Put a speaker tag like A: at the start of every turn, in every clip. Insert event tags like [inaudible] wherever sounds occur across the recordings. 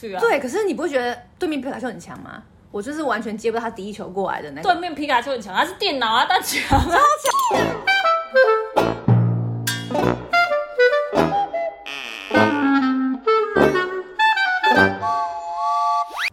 A: 去啊。
B: 对，可是你不会觉得对面皮卡丘很强吗？我就是完全接不到他第一球过来的那
A: 对
B: 个。
A: 面皮卡丘很强，它是电脑啊，但强啊。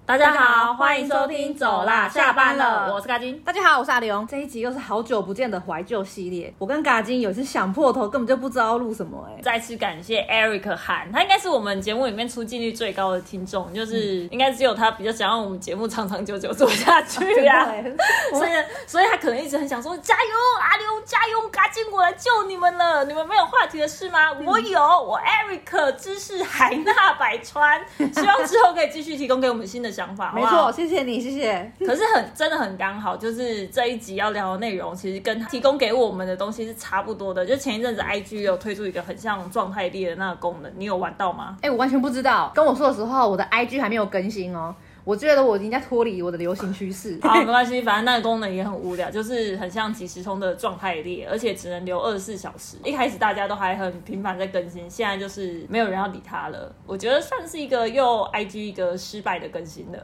A: 大家好，欢迎收听《走啦，下班了》，我是嘎金。
B: 大家好，我是阿刘。这一集又是好久不见的怀旧系列。我跟嘎金有一次想破头，根本就不知道录什么哎、
A: 再次感谢 Eric 韩，他应该是我们节目里面出镜率最高的听众，
B: 嗯
A: 就是应该只有他比较想让我们节目长长久久做下去啊。
B: [laughs] 真的欸
A: 所以，所以他可能一直很想说：“加油，阿刘，加油，嘎金，我来救你们了！你们没有话题的事吗？
B: 嗯
A: 我有，我 Eric 知识海纳百川，希望之后可以继续提供给我们新的想法。好
B: 没
A: 不
B: 错，，
A: 好
B: 谢谢你，谢谢。
A: 可是很真的很刚好，就是这一集要聊的内容，其实跟提供给我们的东西是差不多的。就前一阵子 IG 有推出一个很像状态列的那个功能，你有玩到吗？
B: 哎、我完全不知道，跟我说的时候，我的 IG 还没有更新哦。我觉得我已经在脱离我的流行趋 [laughs] 势。
A: 好，没关系，反正那个功能也很无聊，就是很像即时通的状态列，而且只能留二十四小时。一开始大家都还很频繁在更新，现在就是没有人要理它了。我觉得算是一个又 IG 一个失败的更新了。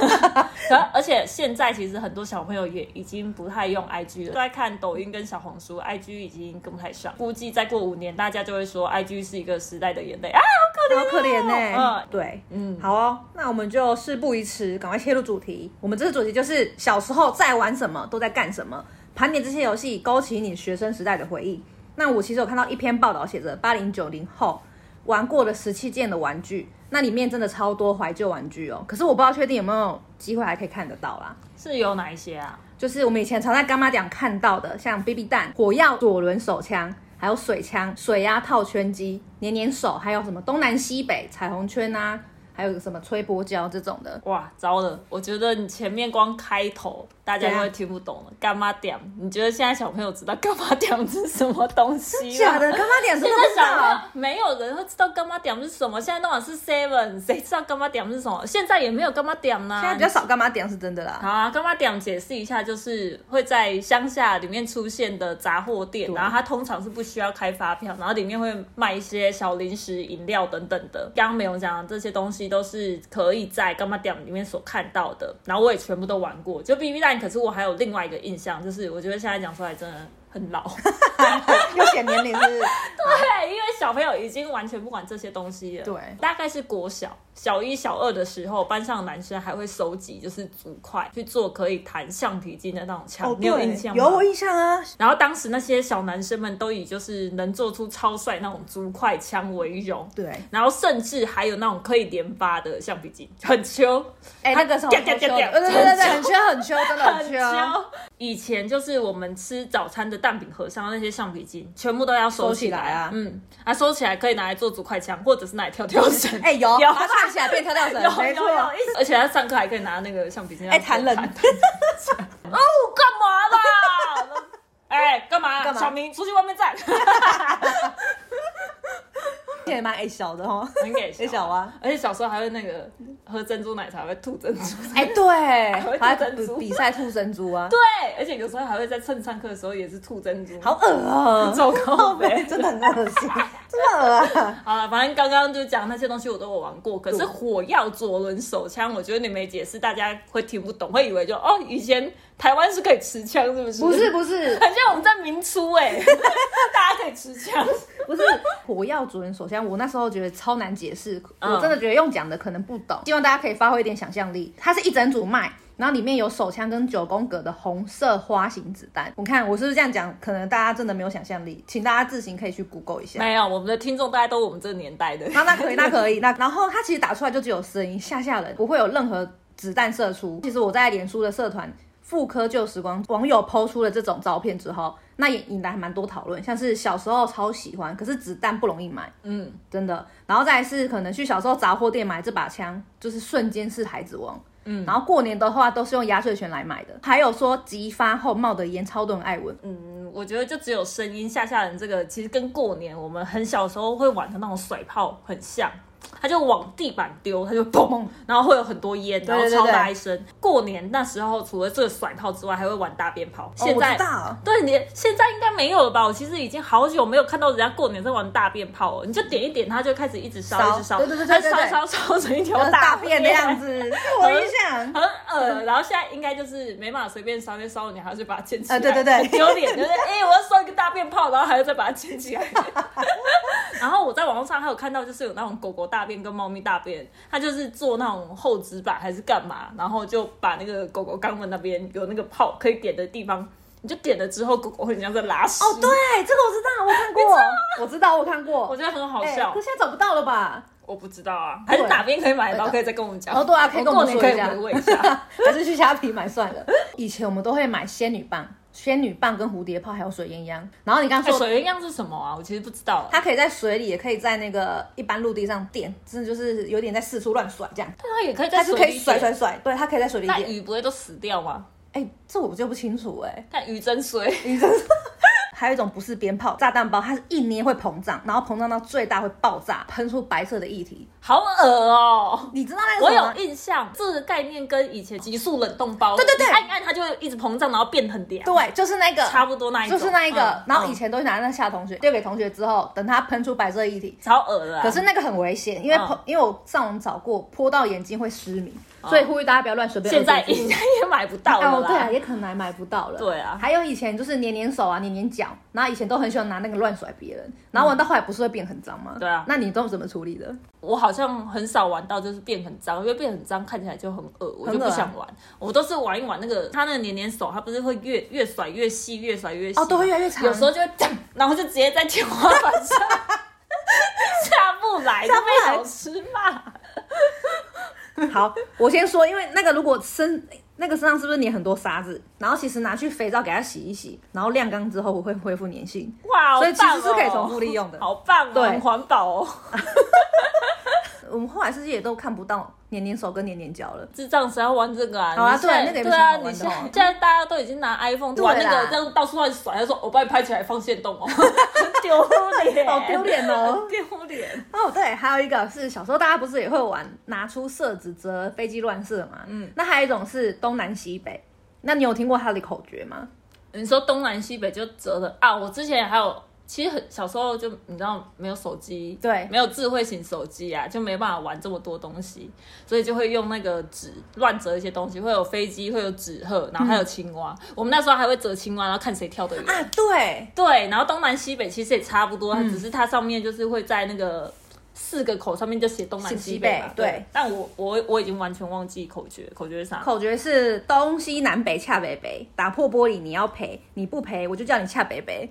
A: 可而且现在其实很多小朋友也已经不太用 IG 了，都在看抖音跟小红书，IG 已经跟不太上。估计再过五年，大家就会说 IG 是一个时代的眼泪啊！
B: 好可怜呢、
A: 嗯
B: 对，
A: 嗯
B: 嗯，好哦，那我们就事不宜迟，赶快切入主题。我们这个主题就是小时候在玩什么，都在干什么，盘点这些游戏，勾起你学生时代的回忆。那我其实有看到一篇报道，写着八零九零后玩过的十七件的玩具，那里面真的超多怀旧玩具哦。可是我不知道确定有没有机会还可以看得到啦。
A: 是有哪一些啊？
B: 就是我们以前常在干妈讲看到的，像 BB 弹、火药、左轮手枪，还有水枪、水压、套圈机、黏黏手，还有什么东南西北彩虹圈啊，还有什么吹波胶这种的。
A: 哇，糟了！我觉得你前面光开头大家就会听不懂了。干妈点，你觉得现在小朋友知道干妈点是什么东西吗？
B: 假的，啊干妈点什么
A: 现
B: 都不
A: 在
B: 知
A: 小朋
B: 道啊
A: 友。没有人会知道干妈点是什么，现在都往是 seven，谁知道干妈点是什么？现在也没有干妈点呢、
B: 现在比较少干妈点是真的啦。 [laughs]
A: 好啊，干妈点解释一下，就是会在乡下里面出现的杂货店，然后它通常是不需要开发票，然后里面会卖一些小零食、饮料等等的。刚刚没有讲，这些东西都是可以在干妈点里面所看到的，然后我也全部都玩过。就 BB 蛋，可是我还有另外一个印象，就是我觉得现在讲出来真的很老。
B: 又显年龄是不是？
A: 对， [laughs] 因为小朋友已经完全不管这些东西了。
B: 对
A: 大概是国小小一、小二的时候，班上的男生还会收集就是竹筷去做可以弹橡皮筋的那种枪，哦你有印象吗？
B: 哦有我印象啊。
A: 然后当时那些小男生们都以就是能做出超帅那种竹筷枪为荣。
B: 对，
A: 然后甚至还有那种可以连发的橡皮筋，很秋，
B: 哎、那个时候
A: 掉
B: 对
A: 掉
B: 对对
A: 掉掉
B: 对对，很缺很缺，真的很缺哦。
A: 秋。以前就是我们吃早餐的蛋饼盒上的那些橡皮筋，全部都要收
B: 收起来啊
A: 嗯，啊，收起来可以拿来做竹筷枪，或者是拿来跳跳绳。
B: 哎、有，
A: 有
B: 把它串起来变跳跳绳
A: [laughs] 有，
B: 没错
A: 有。有一直而且他上课还可以拿那个橡皮筋
B: 哎弹人
A: 哦，
B: [laughs]
A: 干嘛啦？ [laughs] 哎，干嘛？
B: 干嘛
A: 小明出去外
B: [laughs]
A: 面站，
B: 也蛮矮小的哦。
A: 很给
B: 哎小啊！
A: 而且小时候还会那个喝珍珠奶茶会吐
B: [laughs]
A: 珍珠。
B: 哎、对，
A: 还
B: 还
A: 会吐珍珠
B: 比比赛吐珍珠啊，
A: 对，而且有时候还会在趁上课的时候也是吐珍珠。
B: 好恶哦、
A: 糟糕
B: [laughs]
A: 呗！
B: 真的很恶心，真的恶、啊。
A: 好了，反正刚刚就讲那些东西我都有玩过，可是火药、左轮手枪，我觉得你没解释，大家会听不懂，会以为就哦，以前台湾是可以持枪，是不是？
B: 不是不是
A: [laughs] 很像我们在明初哎、 [laughs] 大家可以持枪。
B: 不是，火药主人手枪，我那时候觉得超难解释，
A: 嗯
B: 我真的觉得用讲的可能不懂，希望大家可以发挥一点想象力。它是一整组卖，然后里面有手枪跟九宫格的红色花形子弹。我看我是不是这样讲，可能大家真的没有想象力，请大家自行可以去 Google 一下。
A: 没有，我们的听众大概都是我们这个年代的。
B: 那那可以，那可以，那然后它其实打出来就只有声音，吓吓人，不会有任何子弹射出。其实我在脸书的社团妇科旧时光网友抛出了这种照片之后，那也引来还蛮多讨论，像是小时候超喜欢，可是子弹不容易买，
A: 嗯，
B: 真的。然后再来是可能去小时候杂货店买这把枪，就是瞬间是孩子王。嗯，然后过年的话都是用压岁钱来买的，还有说急发后冒的烟，超多人爱闻。
A: 嗯，我觉得就只有声音吓吓人这个，其实跟过年我们很小时候会玩的那种甩炮很像。他就往地板丢，他就砰砰，然后会有很多烟，然后
B: 对对
A: 超
B: 对
A: 大一声。过年那时候除了这个甩炮之外，还会玩大鞭炮。现
B: 哦我
A: 在、
B: 知道
A: 对你现在应该没有了吧？我其实已经好久没有看到人家过年在玩大便炮了。你就点一点，它就开始一直烧，
B: 烧
A: 一直烧，
B: 对对对
A: 它
B: 对对
A: 烧
B: 对
A: 烧烧成一条
B: 就是大便
A: 便
B: 的样
A: 子，
B: 子，
A: [laughs]
B: 对我印象。
A: 很恶。然后现在应该就是没办法随便烧，就烧了你还要去把它捡起来，
B: 啊对对对
A: 很丢脸， [laughs] 就是哎、我要烧一个大便炮，然后还要再把它捡起
B: [laughs]
A: 来。然后我在网络上还有看到，就是有那种狗狗大便跟猫咪大便，它就是做那种厚纸板还是干嘛，然后就把那个狗狗肛门那边有那个泡可以点的地方，你就点了之后，狗狗很像在拉屎。
B: 哦，对，这个我知道，我看过，我知道，我看
A: 我
B: 过。
A: 觉得很好
B: 哎
A: 笑
B: 可。现在找不到了吧？
A: 我不知道啊，还是哪边可以买得到，可以再跟我们讲。
B: 哦对啊可以跟我
A: 过
B: 们
A: 年
B: 说
A: 可以
B: 一下
A: 回味一下。
B: [laughs] 还是去虾皮买算了。以前我们都会买仙女棒、仙女棒跟蝴蝶炮，还有水鸳鸯。然后你刚
A: 哎
B: 刚说，
A: 水鸳鸯是什么啊？我其实不知道。
B: 它可以在水里，也可以在那个一般陆地上电，真的就是有点在四处乱甩这样。
A: 但它也可以在
B: 它是可
A: 水
B: 以
A: 里
B: 甩
A: 点。
B: 甩甩，对，它可以在水里
A: 那
B: 点。
A: 鱼不会都死掉吗？
B: 哎，这我就不清楚哎、
A: 但鱼真衰。
B: 还有一种不是鞭炮，炸弹包，它是一捏会膨胀，然后膨胀到最大会爆炸，喷出白色的液体。
A: 好恶哦、
B: 你知道那个
A: 我
B: 什么吗
A: 有印象，这个概念跟以前急速冷冻包，
B: 对对对
A: 你按一按它就会一直膨胀，然后变很凉，
B: 对，就是那个，
A: 差不多那一种，
B: 就是那一个。
A: 嗯
B: 然后以前都会拿那吓同学，丢给同学之后，等它喷出白色液体。
A: 嗯超恶的啊、
B: 可是那个很危险，因为、
A: 嗯
B: 因为我上网找过，泼到眼睛会失明，所以呼吁大家不要乱随便。
A: 现在 [laughs] 应该也买不到了
B: 哦，
A: 啦。
B: 对啊，也可能还买不到了。
A: 对啊
B: 还有以前就是黏黏手啊，黏黏脚，然后以前都很喜欢拿那个乱甩别人，然后玩到后来不是会变很脏吗？
A: 对啊
B: 那你都怎么处理的？
A: 我好像很少玩到，就是变很脏，因为变很脏看起来就很恶，我就
B: 很恶啊
A: 不想玩。我都是玩一玩那个，它那个黏黏手，它不是会越越甩越细，越甩越细
B: 哦，对，会越来越长。
A: 有时候就会噔，然后就直接在天花板上下不
B: 下不来
A: 来，就被老师骂。
B: [laughs] 好，我先说，因为那个如果身那个身上是不是粘很多沙子，然后其实拿去肥皂给它洗一洗，然后晾干之后我会恢复粘性。
A: 哇，
B: [laughs]
A: 好
B: 所以其实
A: 棒
B: 是可以
A: 哦
B: 重复利用的
A: 好棒哦，
B: 对
A: 很环保哦。
B: 我们后来是不是也都看不到黏黏手跟黏黏脚了？
A: 智障谁要玩这个啊？
B: 好啊
A: 你现
B: 对
A: 在
B: 那个也不
A: 对
B: 是很
A: 啊，
B: 好玩
A: 你
B: 的
A: 现在
B: 哦
A: 现在大家都已经拿 iPhone
B: 对
A: 玩那
B: 啦
A: 个，这样到处乱甩，他说我帮你拍起来放线动哦，很
B: [laughs]
A: 丢脸，
B: 好丢脸哦
A: 很丢脸。
B: 哦，对，还有一个是小时候大家不是也会玩拿出色纸折飞机乱射嘛？嗯，那还有一种是东南西北。那你有听过它的口诀吗？
A: 你说东南西北就折的啊？我之前还有。其实很小时候就你知道没有手机，
B: 对
A: 没有智慧型手机啊，就没办法玩这么多东西，所以就会用那个纸乱折一些东西，会有飞机，会有纸鹤，然后还有青蛙。
B: 嗯
A: 我们那时候还会折青蛙，然后看谁跳得
B: [laughs]
A: 远。
B: 啊，对，
A: 对，然后东南西北其实也差不多，它只是它上面就是会在那个四个口上面就写东南
B: 写
A: 西
B: 西
A: 北
B: 北
A: 嘛。
B: 对
A: 但我我我已经完全忘记口诀，口诀是啥？
B: 口诀是东西南北恰北北，打破玻璃你要赔，你不赔我就叫你恰北北。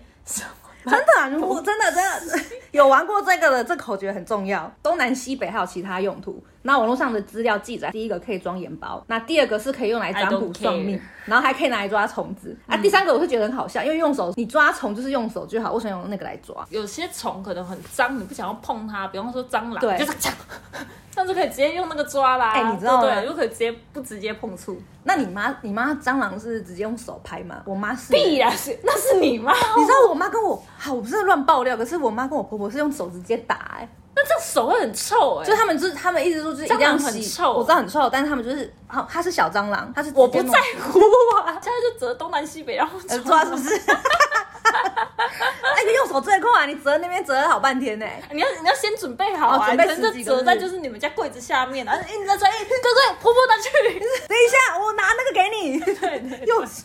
B: 真的啊，如果真的真的有玩过这个的，这口诀很重要。东南西北还有其他用途。那网络上的资料记载，第一个可以装盐包，那第二个是可以用来占
A: I
B: 卜
A: don't
B: 算命
A: care，
B: 然后还可以拿来抓虫子。啊，第三个我是觉得很好笑，因为用手你抓虫就是用手就好，为什么用那个来抓？
A: 有些虫可能很脏，你不想要碰它，比方说蟑螂，
B: 对
A: 就是这样， [laughs] 这样就可以直接用那个抓啦。
B: 哎你知道
A: 对
B: 吗
A: 不对，又可以直接不直接碰触。
B: 那你妈你妈蟑螂是直接用手拍吗？我妈是。
A: 必然是，那是你吗？
B: 你知道我妈跟我，好，我不是乱爆料，可是我妈跟我婆婆是用手直接打、哎。
A: [laughs] 那这样手会很臭哎、
B: 就他们就是他们一直说就是一定要洗，
A: 蟑螂很臭
B: 我知道很臭，但是他们就是好，它是小蟑螂，它是
A: 我不
B: 直接弄
A: 在乎啊，现在就折东南西北，然后
B: 呃抓是不是？ [laughs] 那个用手最快，哎你折那边折了好半天呢、
A: 你要你要先准备好啊，
B: 哦
A: 你
B: 准备
A: 可能
B: 十
A: 就
B: 几个
A: 折在
B: 日
A: 就是你们家柜子下面啊，然后一直在说，哎、哥哥婆婆拿
B: [laughs]
A: 去。
B: 等一下，我拿那个给你， [laughs]
A: 对对
B: 又是。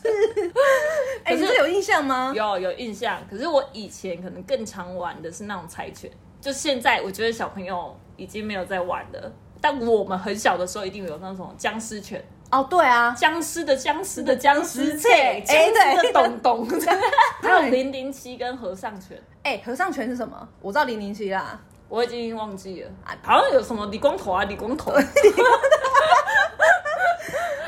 B: 哎、
A: 可是
B: 你是有印象吗？
A: 有有印象，可是我以前可能更常玩的是那种猜拳，就现在我觉得小朋友已经没有在玩了。但我们很小的时候，一定有那种僵尸拳，
B: 哦，对啊，
A: 僵尸的僵尸的僵尸
B: 哎
A: 切，僵尸的
B: 对
A: 咚咚，还有
B: 对
A: 零零七跟和尚拳，
B: 哎、和尚拳是什么？我知道零零七啦，
A: 我已经忘记了
B: 啊，
A: 好像有什么李光头啊，李光
B: [laughs]
A: 头，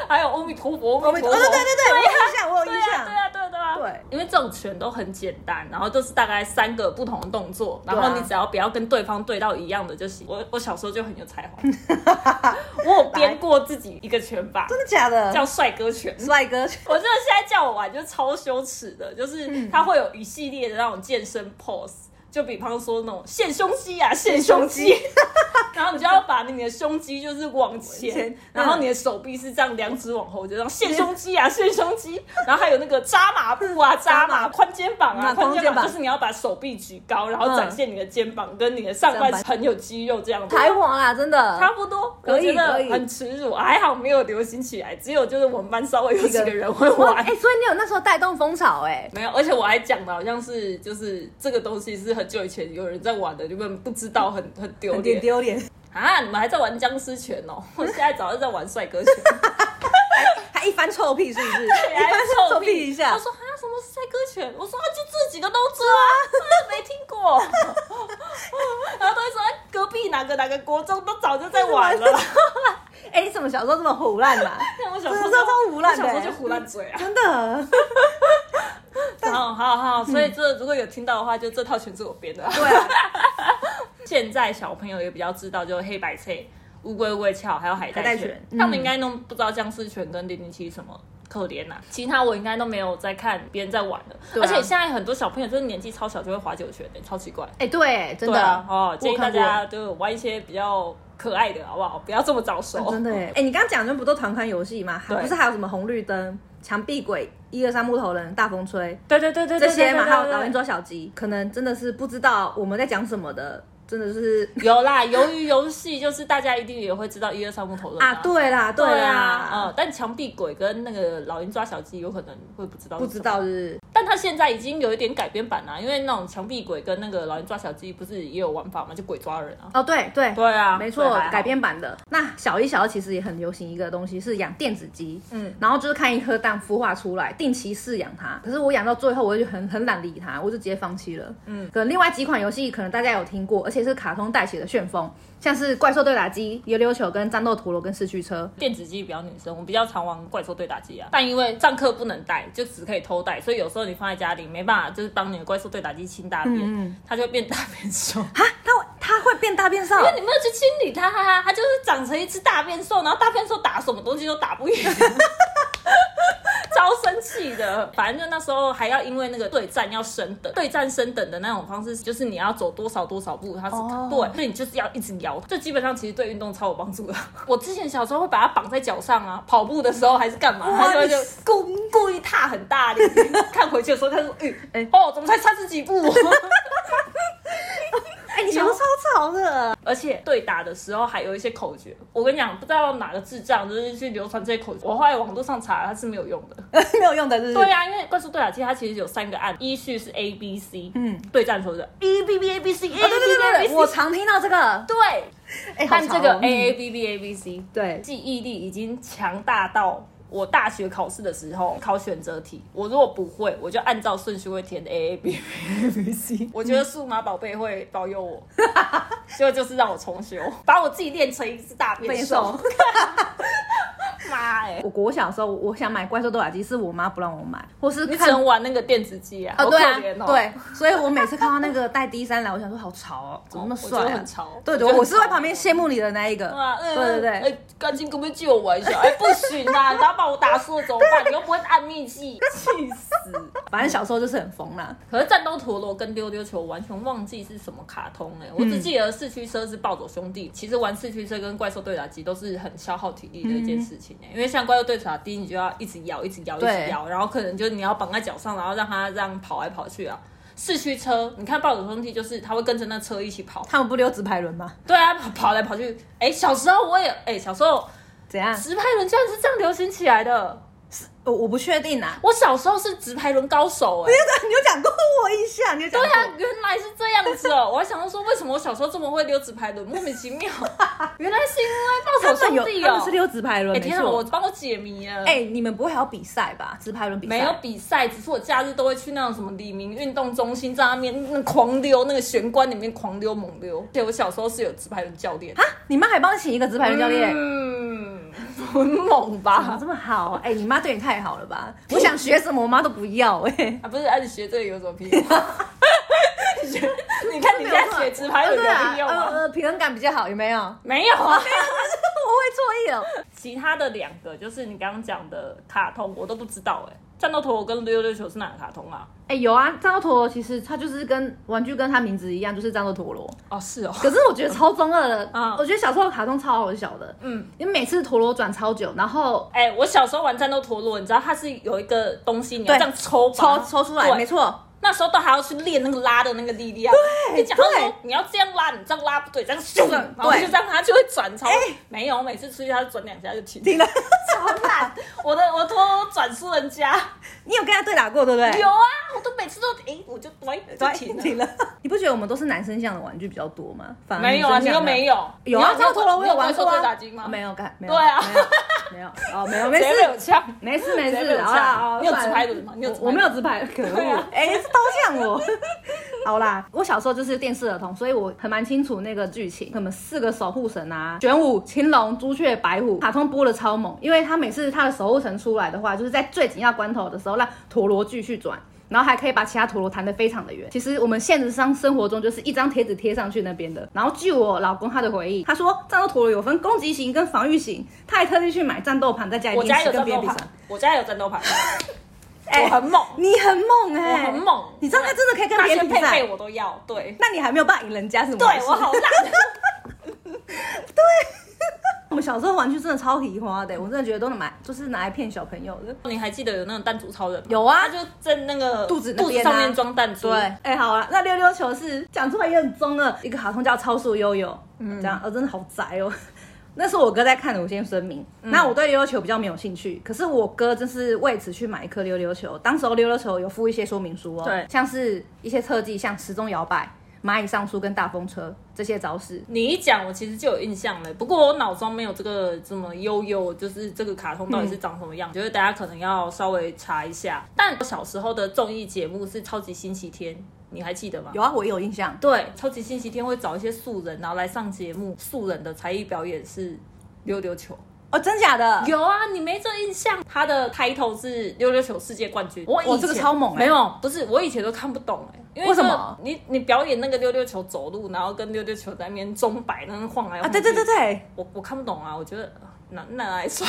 A: 还有阿弥陀佛，
B: 我
A: 阿弥
B: 们
A: 陀
B: 哦，
A: 佛，
B: 对对对对，我有印象，我有
A: 啊对
B: 印
A: 啊，
B: 象。
A: 对啊，对啊，对啊，
B: 对，
A: 因为这种拳都很简单，然后都是大概三个不同的动作，然
B: 对
A: 后
B: 啊
A: 你只要不要跟对方对到一样的就行。我我小时候就很有才
B: [laughs]
A: 华，我有编过自己一个拳法，
B: 真的假的？
A: 叫帅哥拳。
B: 帅哥，
A: [laughs] 我真的现在叫我玩就超羞耻的，就是它会有一系列的那种健身 pose，就比方说那种线胸肌啊，线胸肌， [laughs] 然后你就要把你的胸肌就是往前
B: 前，
A: 然后你的手臂是这样两指往后，就这样线胸肌啊， [laughs] 线胸肌，然后还有那个扎马步啊，扎马宽肩膀啊，
B: 那
A: 宽
B: 宽
A: 肩
B: 肩膀
A: 就是你要把手臂举高，然后展现你的肩膀跟你的上半身很有肌肉这样子。
B: 才华啦，真的。
A: 差不多，
B: 可以
A: 我觉得
B: 可以
A: 很耻辱，还好没有流行起来，只有就是我们班稍微有几个人会
B: 哇，
A: 玩
B: 哎、。所以你有那时候带动风潮哎、
A: 没有，而且我还讲的好像是就是这个东西是很久以前有人在玩的，你们不知道很很丢
B: 有点。
A: 脸
B: 丢脸，
A: 啊！你们还在玩僵尸拳
B: [laughs]
A: 哦？我现在早就在玩帅哥拳，
B: 还一番臭屁是不是？
A: 你
B: 一
A: 还
B: 番
A: 臭
B: 臭屁一下
A: 他，说啊，什么是帅哥拳？我说啊，就这几个都抓，啊、 [laughs] 没听过。 [laughs] 然后都会说、哎隔壁哪个哪个国中都早就在玩
B: [laughs]
A: 了。
B: 哎、你怎么小时候这么胡乱
A: [laughs]
B: 啦、
A: 那我小时
B: 真
A: 候
B: 的超胡乱的
A: 我小时候就胡乱嘴啊。
B: 真的。欸
A: 好好好，所以这如果有听到的话，就这套拳是我编的。
B: 对啊，
A: 现在小朋友也比较知道，就是黑白菜、乌龟乌龟壳，还有海带
B: 海带
A: 拳，
B: 拳嗯
A: 他们应该都不知道僵尸拳跟零零七什么。可怜呐、其他我应该都没有在看别人在玩了，
B: 对啊
A: 而且现在很多小朋友就是年纪超小就会划九拳的、超奇怪。
B: 哎、对，真
A: 对
B: 的。
A: 啊，哦，
B: 我
A: 建
B: 有
A: 议大
B: 看过
A: 家就玩一些比较可爱的，好不好？不要这么早熟。
B: 真的哎、哎、你刚刚讲的不都团刊游戏吗？还
A: 哦对
B: 不是还有什么红绿灯、墙壁鬼、一二三木头人、大风吹
A: 对对对对
B: 这
A: 对
B: 些嘛？
A: 对对
B: 还
A: 对
B: 有打
A: 对
B: 圆桌小鸡，可能真的是不知道我们在讲什么的，真的是
A: 有啦，由于游戏就是大家一定也会知道一二三木头人
B: 啊，对啦，
A: 嗯对啊，
B: 啦，
A: 呃，但墙壁鬼跟那个老鹰抓小鸡有可能会不知道是
B: 不知
A: 什么
B: 道是
A: 但它现在已经有一点改编版啊啦、因为那种墙壁鬼跟那个老人抓小鸡不是也有玩法吗？就鬼抓人啊。
B: 哦，对对。
A: 对啊，
B: 没
A: 所
B: 错
A: 以还，好
B: 改。编版的。那小一、小二其实也很流行一个东西，是养电子鸡。
A: 嗯
B: 嗯，然后就是看一颗蛋孵化出来，定期饲养它。可是我养到最后，我就很很懒理它，我就直接放弃了。
A: 嗯
B: 嗯，可能另外几款游戏可能大家有听过，而且是卡通带起的旋风，像是怪兽对打机、溜溜球、跟战斗陀螺、跟四驱车。
A: 电子鸡比较女生，我比较常玩怪兽对打机啊。但因为上课不能带，就只可以偷带，所以有时候你放在家里没办法，就是帮你的怪兽对打机清大便，
B: 嗯
A: 它就会变大便兽。
B: 哈，它会它会变大变兽？
A: 因为你没有去清理它，哈哈，它就是长成一只大变兽，然后大变兽打什么东西都打不 [laughs] 赢。超生气的，反正就那时候还要因为那个对战要升等，对战升等的那种方式就是你要走多少多少步，它是、
B: 哦
A: 对，所以你就是要一直摇。这基本上其实对运动超有帮助的。 [laughs] 我之前小时候会把它绑在脚上啊，跑步的时候还是干嘛，它就会就故故意踏很大 [laughs] 力。看回去的时候，他 [laughs] 说：“嗯、
B: 哎
A: 哦，怎么才三十几步？”
B: 哎、你小时候超吵的。
A: 而且对打的时候还有一些口诀，我跟你讲，不知道哪个智障就是去流传这些口诀。我后来网络上查，它是没有用的。
B: [laughs] 没有用的，就是哦
A: 对呀、因为怪兽对打机它其实有三个按，依序是 A B C，嗯，对战手的 E B B A B C A B
B: 哦，对对
A: B A
B: 对
A: B
B: 对，我
A: C，
B: 常听到这个。
A: 对，
B: 哎、好
A: 但
B: 吵
A: 这
B: 哦
A: 个
B: 嗯
A: A A B B A B C
B: 对
A: 记忆力已经强大到。我大学考试的时候考选择题，我如果不会，我就按照顺序会填 A A B B A B C。
B: [laughs]
A: 我觉得数码宝贝会保佑我，结果就是让我重修，把我自己练成一只大变
B: 变
A: 兽
B: 兽。
A: 妈哎、
B: 我国小的时候，我想买怪兽对打机，是我妈不让我买，或是
A: 你只
B: 看
A: 能玩那个电子机啊，
B: 哦，
A: 好
B: 对
A: 可怜
B: 啊，
A: 哦。
B: 对，所以我每次看到那个带 D 三来，我想说好潮
A: [laughs]
B: 哦，怎么那么
A: 我
B: 帅
A: 觉得
B: 啊
A: 很潮？
B: 对
A: 我觉
B: 对，
A: 得
B: 我是
A: 很
B: 在
A: 潮
B: 旁边羡慕你的那一个
A: 哇，。嗯
B: 对对
A: 哎、
B: 对，
A: 干金可不可以借我玩一下？哎、不行 [laughs] 啊，你要把我打输了怎么办？你又不会按秘技，气死！
B: 反正小时候就是很疯啦。
A: 可是战斗陀螺跟溜溜球完全忘记是什么卡通哎、我只记得四驱车是暴走兄弟。其实玩四驱车跟怪兽对打机都是很消耗体力的一件事情哎、因为像怪兽对打机，你就要一直摇，一直摇，一
B: 对
A: 直摇，然后可能就是你要绑在脚上，然后让它这样跑来跑去啊。四驱车，你看暴走兄弟就是它会跟着那车一起跑，
B: 他们不溜直排轮吗？
A: 对啊，跑跑来跑去。哎、小时候我也哎、小时候
B: 怎样？
A: 直排轮居然是这样流行起来的。
B: 我我不确定啊。
A: 我小时候是直排轮高手哎、
B: [laughs] 你有讲过我一下，你有讲
A: 对啊
B: 过。
A: 呀、原来是这样子哦、我还想到说，为什么我小时候这么会溜直排轮，莫名其
B: [laughs]
A: 妙。原来是因为
B: 他
A: 暴走
B: 们有
A: 兄，弟
B: 他
A: 哦、
B: 们是溜直排轮，
A: 哎、
B: 没
A: 天哪，我
B: 错。
A: 帮我解谜了。
B: 哎，你们不会还有比赛吧？直排轮比赛啊
A: 没有比赛，只是我假日都会去那种什么李明运动中心，在那边那狂溜，那个玄关里面狂溜猛溜。对，我小时候是有直排轮教练，
B: 啊？你妈还帮你请一个直排轮教练， [laughs]
A: 嗯，很猛
B: 啊，
A: [laughs] 吧？
B: 这么好？哎，你妈对你太好了吧？我想学什么，我妈都不要哎。
A: 啊，不是，啊，你学这个有什么屁
B: [laughs]
A: 用？学你看你现在学直排轮有屁用啊
B: 呃
A: 吗？
B: [laughs] 呃，平衡感比较好，有没有？我
A: 没有啊，
B: 会错意哦。
A: 其他的两个就是你刚刚讲的卡通，我都不知道哎、战斗陀螺跟溜溜球是哪个卡通啊？
B: 哎、有啊，战斗陀螺其实它就是跟玩具跟它名字一样，就是战斗陀螺。
A: 哦，是哦，
B: 可是我觉得超中二 [laughs] 的，
A: 嗯
B: 我觉得小时候的卡通超好笑的，
A: 嗯，
B: 因为每次陀螺转超久，然后
A: 哎、我小时候玩战斗陀螺，你知道它是有一个东西，你要
B: 对
A: 这样抽吧
B: 抽抽出来，
A: 对
B: 没错，
A: 那时候都还要去练那个拉的那个力量。对，你讲到说
B: 对
A: 你要这样拉，你这样拉不对，这样咻，
B: 对哎
A: 然后就这样它就会转超。没有，我每次出去它就转两下就停。
B: 停了。
A: 超烂，我的我都转输人家。
B: [laughs] 你有跟他对打过对不对？
A: 有啊，我都每次都诶，我就喂就停了。
B: 停了。 [laughs] 你不觉得我们都是男生向的玩具比较多吗？反而
A: 没有啊，
B: 女生
A: 你又
B: 向的
A: 没有。
B: 有啊，
A: 你
B: 战斗陀螺我
A: 你有
B: 玩过
A: 怪
B: 啊
A: 兽对打机吗？
B: 没有干，没有
A: 对啊
B: 没有没有哦，没有没
A: 谁
B: 事
A: 没有枪。
B: [laughs] 没事没
A: 谁没
B: 事，
A: 有枪
B: 好啦，好啦
A: 你有
B: 算了
A: 直排轮吗你有直排
B: 我
A: 轮
B: 我没有直排，可
A: 对
B: 恶
A: 啊，
B: 哎，是刀向我。 [laughs] 好啦，我小时候就是电视儿童，所以我很蛮清楚那个剧情，什么四个守护神啊，玄武、青龙、朱雀、白虎，卡通播的超猛，因为他每次他的守护神出来的话，就是在最紧要关头的时候让陀螺继续转。然后还可以把其他陀螺弹得非常的远。其实我们现实上生活中就是一张贴纸贴上去那边的。然后据我老公他的回忆，他说战斗陀螺有分攻击型跟防御型，他还特地去买战斗盘在家里
A: 我
B: 练
A: 家
B: 习
A: 有
B: 哎跟
A: 战
B: 别
A: 斗
B: 人比
A: 盘
B: 赛。，
A: 我家有战斗盘，
B: 哎
A: 我很猛，
B: 你很猛
A: 我
B: 哎、
A: 很猛。
B: 你知道他真的可以跟
A: 那
B: 别
A: 些
B: 人比
A: 配
B: 赛
A: 备，我都要，对，
B: 那你还没有办法赢人家是吗？
A: 对我好烂。
B: 我们小时候玩具真的超喜花的，我真的觉得都能买，就是拿来骗小朋友的。
A: [laughs] 你还记得有那种弹珠超人吗？
B: 有啊
A: 他就在那个
B: 肚子那
A: 肚子
B: 边啊
A: 上面装弹珠。
B: 对，哎、好了，那溜溜球是讲出来也很中二，一个卡通叫《超速悠悠》，嗯，这样，哦，真的好宅哦。 [laughs] 那是我哥在看的，我先声明。
A: 嗯
B: 那我对溜溜球比较没有兴趣，可是我哥就是为此去买一颗溜溜球。当时候溜溜球有附一些说明书哦，
A: 对
B: 像是一些特技，像时钟摇摆、蚂蚁上树跟大风车这些招式。
A: 你一讲，我其实就有印象了。不过我脑中没有这个什么悠悠，就是这个卡通到底是长什么样，觉得大家可能要稍微查一下。但我小时候的综艺节目是《超级星期天》，你还记得吗？
B: 有啊，我有印象。
A: 对，《超级星期天》会找一些素人，然后来上节目。素人的才艺表演是溜溜球。
B: 哦，真假的？
A: 有啊，你没这印象？他的 title 是溜溜球世界冠军。我以前、
B: 哇这个超猛欸
A: 没有，不是我以前都看不懂哎、因
B: 为什么
A: 就你你表演那个溜溜球走路，然后跟溜溜球在那边钟摆，那边晃来晃
B: 啊，
A: 去。
B: 对对对，对，
A: 我我看不懂啊，我觉得呃哪哪
B: [laughs]
A: 来帅？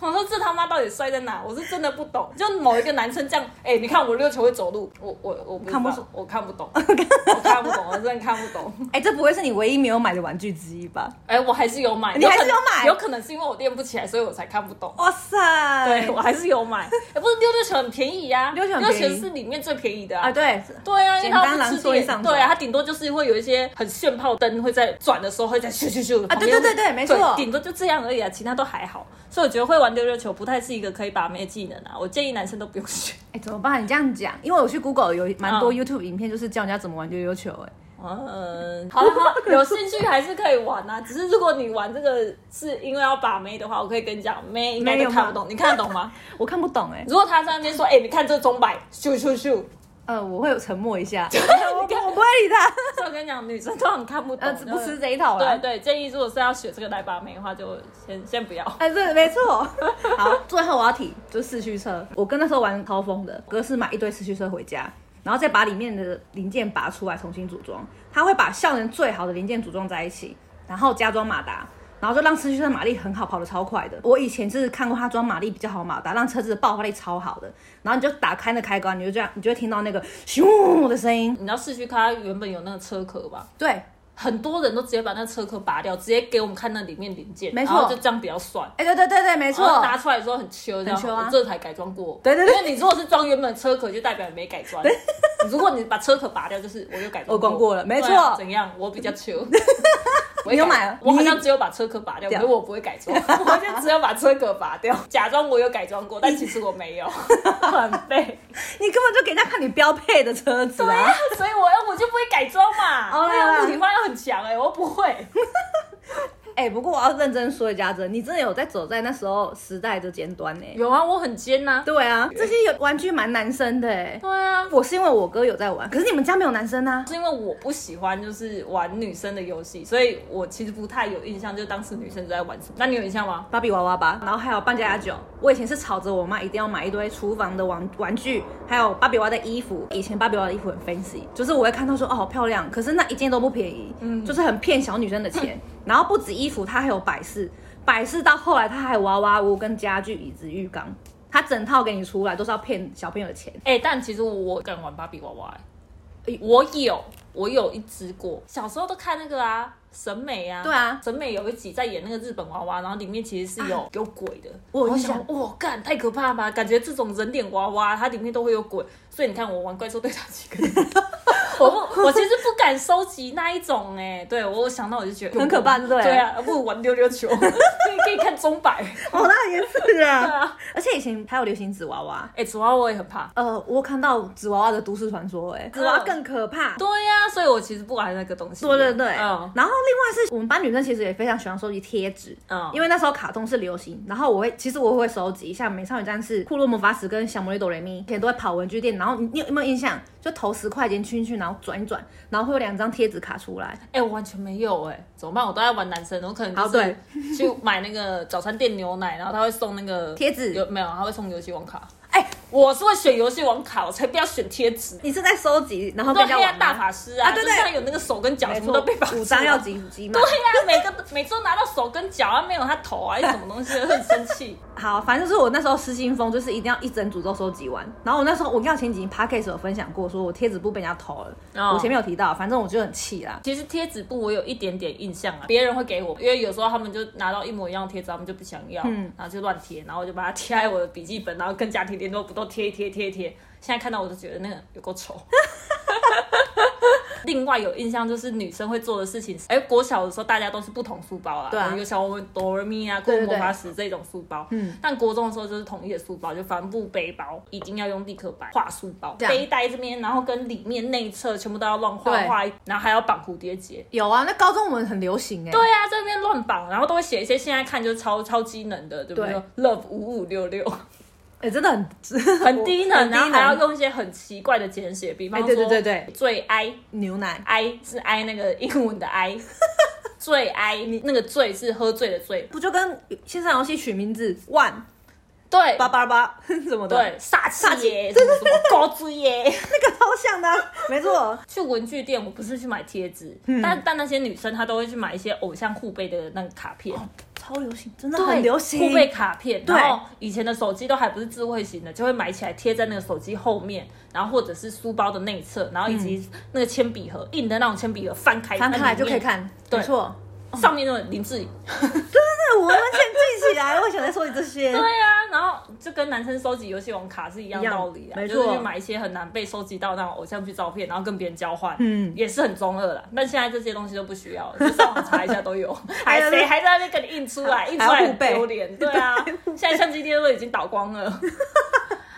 A: 我说这他妈到底帅在哪？我是真的不懂。就某一个男生这样，哎、你看我溜球会走路，我我我不
B: [laughs]
A: 知道
B: 看不出，
A: 我看不懂，我看不懂，我真的看不懂。
B: 哎、这不会是你唯一没有买的玩具之一吧？
A: 哎、我还是有买，
B: 你还是
A: 可能
B: 有买
A: 有可能是因为我练不起来，所以我才看不懂。
B: 哇塞，
A: 对，我还是有买。 [laughs] 哎，不是溜溜球很便宜呀、
B: 溜球很
A: 溜
B: 便宜
A: 球是里面最便宜
B: [laughs]
A: 的
B: 啊，
A: 啊。
B: 对，
A: 对啊，因为它
B: 简单
A: 不
B: 来
A: 吃
B: 说一
A: 电
B: 上，手
A: 对啊，它顶多就是会有一些很炫炮灯会在转的时候会在咻咻咻的
B: 啊对
A: 旁边
B: 对对对没错
A: 顶多就这样而已啊，其他都还好。所以我觉得会玩溜溜球不太是一个可以把妹的技能啊，我建议男生都不
B: [laughs]
A: 用学。
B: 哎、怎么办？你这样讲，因为我去 Google 有蛮多
A: 嗯
B: YouTube 影片，就是教人家怎么玩溜溜球、哎，
A: 嗯，好了好啦，有兴趣还是可以玩啊。只是如果你玩这个是因为要把妹的话，我可以跟你讲，妹应该
B: 没
A: 都
B: 有
A: 看
B: 吗
A: 不懂，你看得懂吗？
B: 我看不懂、哎，
A: 如果他在那边说，哎、你看这钟摆，咻咻咻，
B: 呃，我会有沉默一下，
A: [laughs]
B: 我 [laughs] 不我不会理 [laughs] 他，
A: 所以我跟你讲，女生都很看不懂，
B: 呃，不吃这一套
A: 对
B: 了。
A: 对，建议如果是要学这个来把妹的话，就先先不要。
B: [laughs] 哎，对，没错。好，最后我要提就是四驱车，我跟那时候玩超疯的，哥是买一堆四驱车回家，然后再把里面的零件拔出来重新组装，他会把效能最好的零件组装在一起，然后加装马达。然后就让四驱车的马力很好，跑得超快的。我以前是看过他装马力比较好的马达，让车子的爆发力超好的。然后你就打开那开关，你就这样，你就会听到那个咻的声音。
A: 你知道市区它原本有那个车壳吧？
B: 对，哎
A: 很多人都直接把那个车壳拔掉，直接给我们看那里面零件，
B: 没错
A: 然后就这样比较帅。
B: 哎，对对对对，没
A: 没
B: 错。
A: 拿出来的时候很秋，然后
B: 秋啊
A: 我这才改装过。
B: 对对对
A: 因为你如果是装原本的车壳，就代表你没改
B: [laughs]
A: 装。如果你把车壳拔掉，就是我有改装。
B: 我逛过了没错
A: 对啊怎样？我比
B: [laughs]
A: 较秋。我会
B: 你有
A: 改
B: 买啊
A: 我好
B: 你
A: 像只有把车壳拔掉，
B: 对
A: 可
B: 啊
A: 是我不会改
B: [laughs]
A: 装，我就只有把车壳拔掉，假装我有改装过，但其实我没
B: [laughs]
A: 有，很背。
B: 你根本就给人家看你标配的车子
A: 对
B: 啊！
A: 啊， [laughs] 所以我要我就不会改装嘛。
B: 哦来
A: 那
B: 来
A: 个物理化又很强哎、我不会。
B: 哎、不过我要认真说一下，真，你真的有在走在那时候时代的尖端呢、
A: 有啊，我很尖呐、
B: 对啊，这些有玩具蛮男生的哎、
A: 对啊，
B: 我是因为我哥有在玩，可是你们家没有男生啊？
A: 是因为我不喜欢就是玩女生的游戏，所以我其实不太有印象，就当时女生都在玩什么。那你有印象吗？
B: 芭比娃娃吧，然后还有扮家家酒。我以前是吵着我妈一定要买一堆厨房的玩玩具，还有芭比娃娃的衣服。以前芭比娃娃的衣服很 fancy，就是我会看到说哦好漂亮，可是那一件都不便宜，嗯，就是很骗小女生的钱。然后不止衣服，它还有摆饰。百事到后来他还娃娃屋跟家具、椅子、浴缸，他整套给你出来都是要骗小朋友的钱。
A: 哎、但其实我敢玩芭比娃娃、欸，我有，我有一只过，小时候都看那个啊，审美啊，
B: 对啊
A: 审美有一集在演那个日本娃娃，然后里面其实是有、有鬼的，
B: 我有
A: 好
B: 印象
A: 想，哇，干太可怕了吧，感觉这种人脸娃娃它里面都会有鬼，所以你看我玩怪兽对打几个。
B: [laughs]
A: 我不，我其实不敢收集那一种哎、对我想到我就觉得
B: 很可怕对
A: 对
B: 不对
A: 对啊，不如玩溜溜球， [laughs] 可以可以看钟摆， [laughs]
B: 哦，那也是 [laughs]
A: 对
B: 啊。
A: 啊，
B: 而且以前还有流行纸娃娃，
A: 哎、纸娃娃我也很怕，
B: 呃，我有看到纸娃娃的都市传说、
A: 嗯
B: 哎，纸娃娃更可怕。
A: 对呀、所以我其实不玩那个东西。
B: 对对对，
A: 嗯
B: 然后另外是我们班女生其实也非常喜欢收集贴纸，
A: 嗯，
B: 因为那时候卡通是流行，然后我会其实我会收集，像《美少女战士》《库洛魔法使》跟《小魔女哆瑞咪》，以前都会跑文具店，然后你你有没有印象？就投十块钱进去，然后转一转，然后会有两张贴纸卡出来。
A: 哎、我完全没有哎、怎么办？我都在玩男生，我可能就
B: 好
A: 是去买那个早餐店牛奶，然后他会送那个
B: 贴纸
A: 有没有？他会送游戏王卡。
B: 哎、
A: 我是会选游戏王卡，我才不要选贴纸。
B: 你是在收集，然后
A: 对，
B: 跟人家
A: 黑
B: 玩
A: 暗大
B: 吗？
A: 法师啊，
B: 啊对对
A: 就像有那个手跟脚
B: 没
A: 什
B: 错
A: 么都被绑住啊
B: 五张要集集嘛
A: 对。呀、每个每周拿到手跟脚啊，没有他头啊，一什么东西，很生气。
B: 好，反正就是我那时候失心疯，就是一定要一整组都收集完。然后我那时候我跟前几集 podcast 有分享过，说我贴纸布被人家偷了，
A: 哦哎
B: 我前面有提到，反正我就很气啦。
A: 其实贴纸布我有一点点印象啊，别人会给我，因为有时候他们就拿到一模一样的贴纸，他们就不想要，
B: 嗯
A: 然后就乱贴，然后我就把它贴在我的笔记本，然后跟家庭联络簿都贴一贴贴一贴。现在看到我都觉得那个有够丑。 [laughs] 另外有印象就是女生会做的事情是，哎、国小的时候大家都是不同书包啦，
B: 对啊
A: 有小我们哆瑞咪啊、库
B: 对
A: 洛
B: 对对
A: 魔法使这种书包，嗯，但国中的时候就是统一的书包，就帆布背包一定要用立刻白画书包，
B: 这样
A: 背带这边，然后跟里面内侧全部都要乱画
B: 对
A: 画然后还要绑蝴蝶结。
B: 有啊，那高中我们很流行哎、
A: 对啊，这边乱绑，然后都会写一些现在看就是超超机能的，对不对
B: 对
A: ？Love 五五六 [laughs] 六，
B: 哎、真的很
A: 很低能，
B: 很低
A: 然后
B: 能
A: 还要用一些很奇怪的简写，比方
B: 哎
A: 说，
B: 对对对对
A: 最 I
B: 牛奶
A: I 是 I 那个英文的 I，最 I 你那个醉是喝醉的醉，
B: 不就跟线上游戏取名字万
A: 对
B: 八八八 [laughs] 什么的，
A: 对，煞气耶，
B: 对
A: 什么什么高追耶。 [laughs]
B: 那个超像的啊、没错。
A: 去文具店，我不是去买贴纸，但但那些女生她都会去买一些偶像互背的那个卡片，
B: 超流行，真的
A: 对，
B: 很流行。
A: 互背卡片，
B: 对
A: 然后以前的手机都还不是智慧型的，就会买起来贴在那个手机后面，然后或者是书包的内侧，然后以及那个铅笔盒、硬的那种铅笔盒翻开，
B: 嗯翻开来就可以
A: 看
B: 看，哦
A: 对
B: 没错。
A: 上面那种林志颖。
B: 对，我完全记起来，我想在说你这些
A: 对。啊，然后就跟男生收集游戏王卡是一样
B: 一样
A: 道理啊，
B: 没
A: 就是
B: 错
A: 去买一些很难被收集到那种偶像剧照片，然后跟别人交换，嗯，也是很中二啦。但现在这些东西都不需要了，就上网查一下
B: [laughs]
A: 都有，还
B: 对对对
A: 谁还在那边跟你印出来，印出
B: 还要
A: 来
B: 互
A: 很
B: 背 [laughs]
A: 丢脸。对啊，现在相机店都已经倒光了。 [laughs]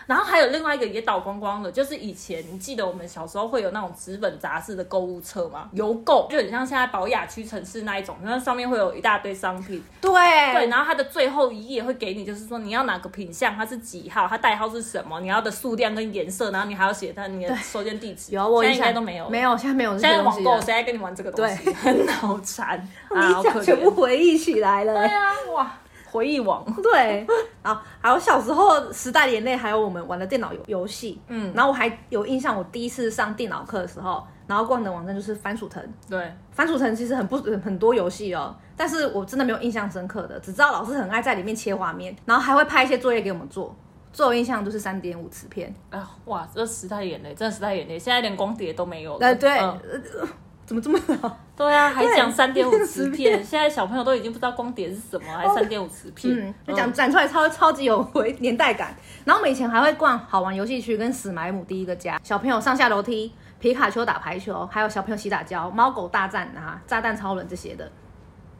A: 然后还有另外一个也倒光光了，就是以前你记得我们小时候会有那种纸本杂志的购物车吗？邮购就很像现在宝雅屈臣氏那一种，那上面会有一大堆商品，对，
B: 对，
A: 然后它的最后一页会给你，就是说你要哪个品相，它是几号，它代号是什么，你要的数量跟颜色，然后你还要写它你的收件地址。
B: 有我印
A: 现在应
B: 象
A: 该都没有，啊
B: 没。有，现在没有这
A: 现在
B: 些东
A: 网
B: 西
A: 购
B: 了。
A: 谁还跟你玩这个东西？很脑 [laughs] 残啊！好
B: 你
A: 可
B: 讲全部
A: 怜。
B: 回忆起来
A: 对
B: 了。
A: 啊，哇，回忆网。
B: [laughs] 对，啊，还有小时候时代的眼泪，还有我们玩的电脑游游戏，嗯，然后我还有印象，我第一次上电脑课的时候，然后逛的网站就是番薯藤，
A: 对，
B: 番薯藤其实很不很多游戏哦，但是我真的没有印象深刻的，只知道老师很爱在里面切画面，然后还会拍一些作业给我们做。最有印象就是三点五磁片，
A: 哎呀，哇，这时代眼泪，真的时代眼泪，现在连光碟都没有了。
B: 呃，对，
A: 嗯
B: 呃怎么这么老？
A: 对啊，还讲三点五磁
B: 磁
A: 片，
B: 片
A: 现在小朋友都已经不知道光碟是什么，还三点五磁片。
B: 嗯，就讲展出来超超级有回年代感。然后我们以前还会逛好玩游戏区跟史莱姆第一个家，小朋友上下楼梯，皮卡丘打排球，还有小朋友洗打胶、猫狗大战啊、炸弹超人这些的。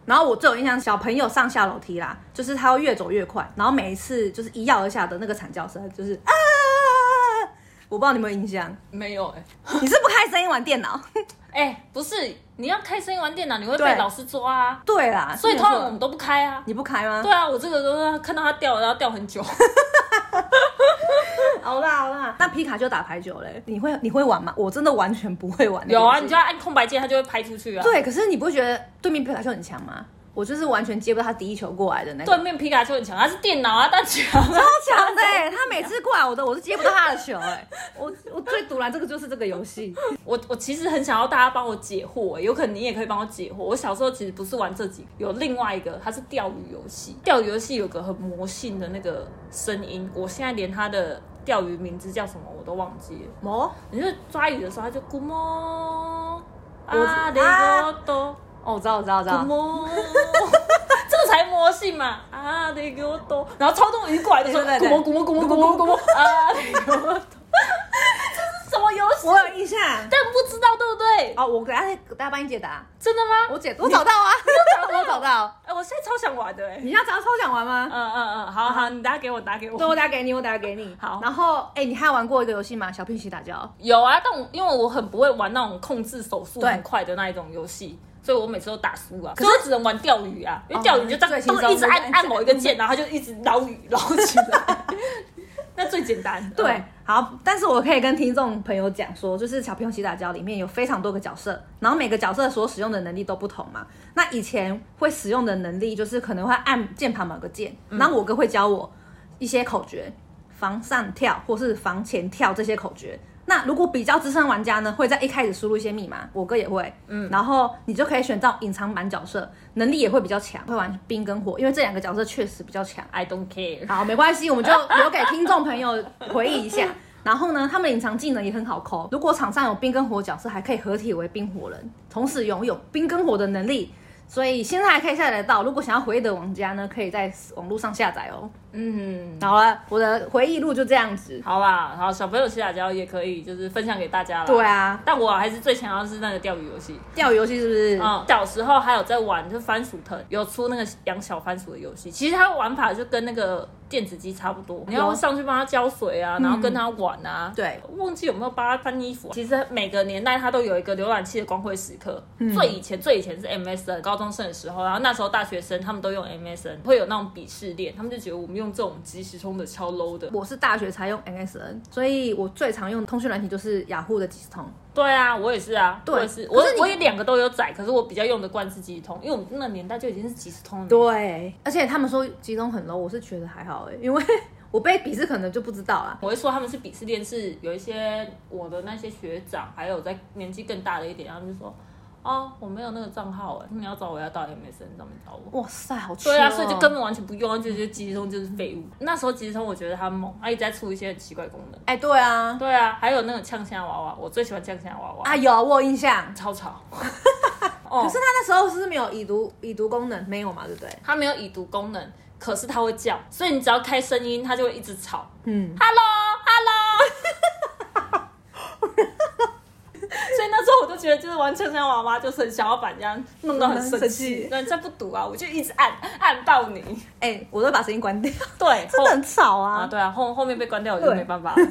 B: 然后我最有印象，小朋友上下楼梯啦，就是他会越走越快，然后每一次就是一跃而下的那个惨叫声，就是啊！我不知道你有没有印象，
A: 没有哎、
B: 你是不开声音玩电脑？ [laughs]
A: 哎、不是，你要开声音玩电脑，你会
B: 对
A: 被老师抓啊。
B: 对啦，
A: 所以
B: 是没
A: 通
B: 错
A: 常我们都不开啊。
B: 你不开吗？
A: 对啊，我这个都是看到它掉了，然后掉很 [laughs] 久。
B: 好啦好啦，那皮卡丘打排球嘞，你会你会玩吗？我真的完全不会玩那个游
A: 有
B: 戏。
A: 啊，你就要按空白键，它就会拍出去啊。
B: 对，可是你不会觉得对面皮卡丘很强吗？我就是完全接不到他第一球过来的那个。
A: 对面皮卡丘很强，他是电脑啊，但强啊。
B: 超强的、欸，他每次过来我都我都接不到他的球、欸， [laughs] 哎，我我最毒来这个就是这个游戏，
A: 我我其实很想要大家帮我解惑、欸，有可能你也可以帮我解惑。我小时候其实不是玩这几个，有另外一个，它是钓鱼游戏。钓鱼游戏有个很魔性的那个声音，我现在连它的钓鱼名字叫什么我都忘记了。
B: 哦，
A: 你就抓鱼的时候，它就咕么
B: 我
A: 啊，雷个多
B: 哦，我知道我知道我知
A: 咕
B: 道，
A: 么，啊 [laughs] 这个才魔性嘛啊，雷个多，然后超多鱼过来的时候，
B: 对对对
A: 咕么咕么咕么咕么咕么啊，雷个多，这是什么游戏？
B: 我有印象。
A: 但不知道对不对？
B: 哦，我给大家给大家帮你解答，
A: 真的吗？
B: 我解我找到啊，我找到，哦
A: 哎、我现在超想玩的哎、
B: [laughs] 你要找到抽奖玩吗？
A: 嗯嗯嗯，好好，你打给我，打给
B: 对，
A: 我。
B: 我打给你，我打给你。
A: 好
B: 然后哎、你还有玩过一个游戏吗？小屁棋打哦交。
A: 有啊，但我因为我很不会玩那种控制手速
B: 对
A: 很快的那一种游戏，所以我每次都打输啊。可是我只能玩钓鱼啊，因为钓鱼就这
B: 哦最
A: 样
B: 轻松
A: 都一直按按某一个键，然后它就一直捞鱼捞起
B: [laughs]
A: 来，那最简单。
B: 对
A: 嗯，
B: 好，但是我可以跟听众朋友讲说，就是《小朋友洗打胶》里面有非常多个角色，然后每个角色所使用的能力都不同嘛。那以前会使用的能力就是可能会按键盘某个键，然后我哥会教我一些口诀，防上跳或是防前跳这些口诀。那如果比较资深玩家呢，会在一开始输入一些密码，我哥也会，嗯，然后你就可以选到隐藏版角色，能力也会比较强，会玩冰跟火，因为这两个角色确实比较强。
A: I don't care。
B: 好，没关系，我们就 [laughs] 留给听众朋友回忆一下。然后呢，他们隐藏技能也很好抠。如果场上有冰跟火角色，还可以合体为冰火人，同时拥有冰跟火的能力。所以现在还可以下载到，如果想要回忆的玩家呢，可以在网络上下载哦。
A: 嗯，
B: 好了，我的回忆录就这样子。
A: 好啦，好，小朋友洗打胶也可以，就是分享给大家啦。
B: 对。啊，
A: 但我还是最想要的是那个钓鱼游戏，
B: 钓鱼游戏是不是？
A: 嗯，小时候还有在玩，就番薯藤有出那个养小番薯的游戏，其实它玩法就跟那个电子鸡差不多，你要上去帮它浇水啊，然后跟它玩啊。
B: 对，
A: 忘记有没有帮它翻衣服。啊其实每个年代它都有一个浏览器的光辉时刻。最以前最以前是 MSN，高中生的时候，然后那时候大学生他们都用 MSN，会有那种鄙视链，他们就觉得我们用这种即时通的超 low 的。
B: 我是大学才用 NSN，所以我最常用的通讯软体就是雅虎的即时通。
A: 对啊，我也是啊，
B: 对
A: 我也是，
B: 可
A: 我
B: 是你
A: 我也两个都有载，可是我比较用的惯是即时通，因为我们那个年代就已经是即时通了。
B: 对，而且他们说集中很 low，我是觉得还好哎、因为 [laughs] 我被鄙视可能就不知道啊啦。
A: 我会说他们是鄙视链，是有一些我的那些学长，还有在年纪更大的一点，他们就说，哦，我没有那个账号哎，你要找我要到 MSN 上面找
B: [laughs]
A: 我。
B: 哇塞，好哦吃、
A: 对啊，所以就根本完全不用，就觉得即时通就是废物。那时候即时通我觉得它猛，它一直在出一些很奇怪功能。
B: 哎、对啊，
A: 对啊，还有那种呛虾娃娃，我最喜欢呛虾娃娃，
B: 啊有我有印象，
A: 超吵。哦，
B: 可是他那时候是不是没有已读已读功能，没有嘛，对不对？
A: 它没有已读功能，可是它会叫，所以你只要开声音，它就会一直吵。
B: 嗯，
A: Hello，Hello。所以那时候我就觉得，就是玩呛呛娃娃，就是很想要把人家弄到很生
B: 生
A: 气
B: [laughs] 气。
A: 那你再不读啊，我就一直按按爆你。
B: 哎、我都把声音关 [laughs] 掉，
A: 对，
B: 真
A: [laughs] 后
B: 的很吵
A: 啊，
B: 啊。
A: 对啊，后后面被关掉我就
B: 对
A: 没办法了。 [laughs]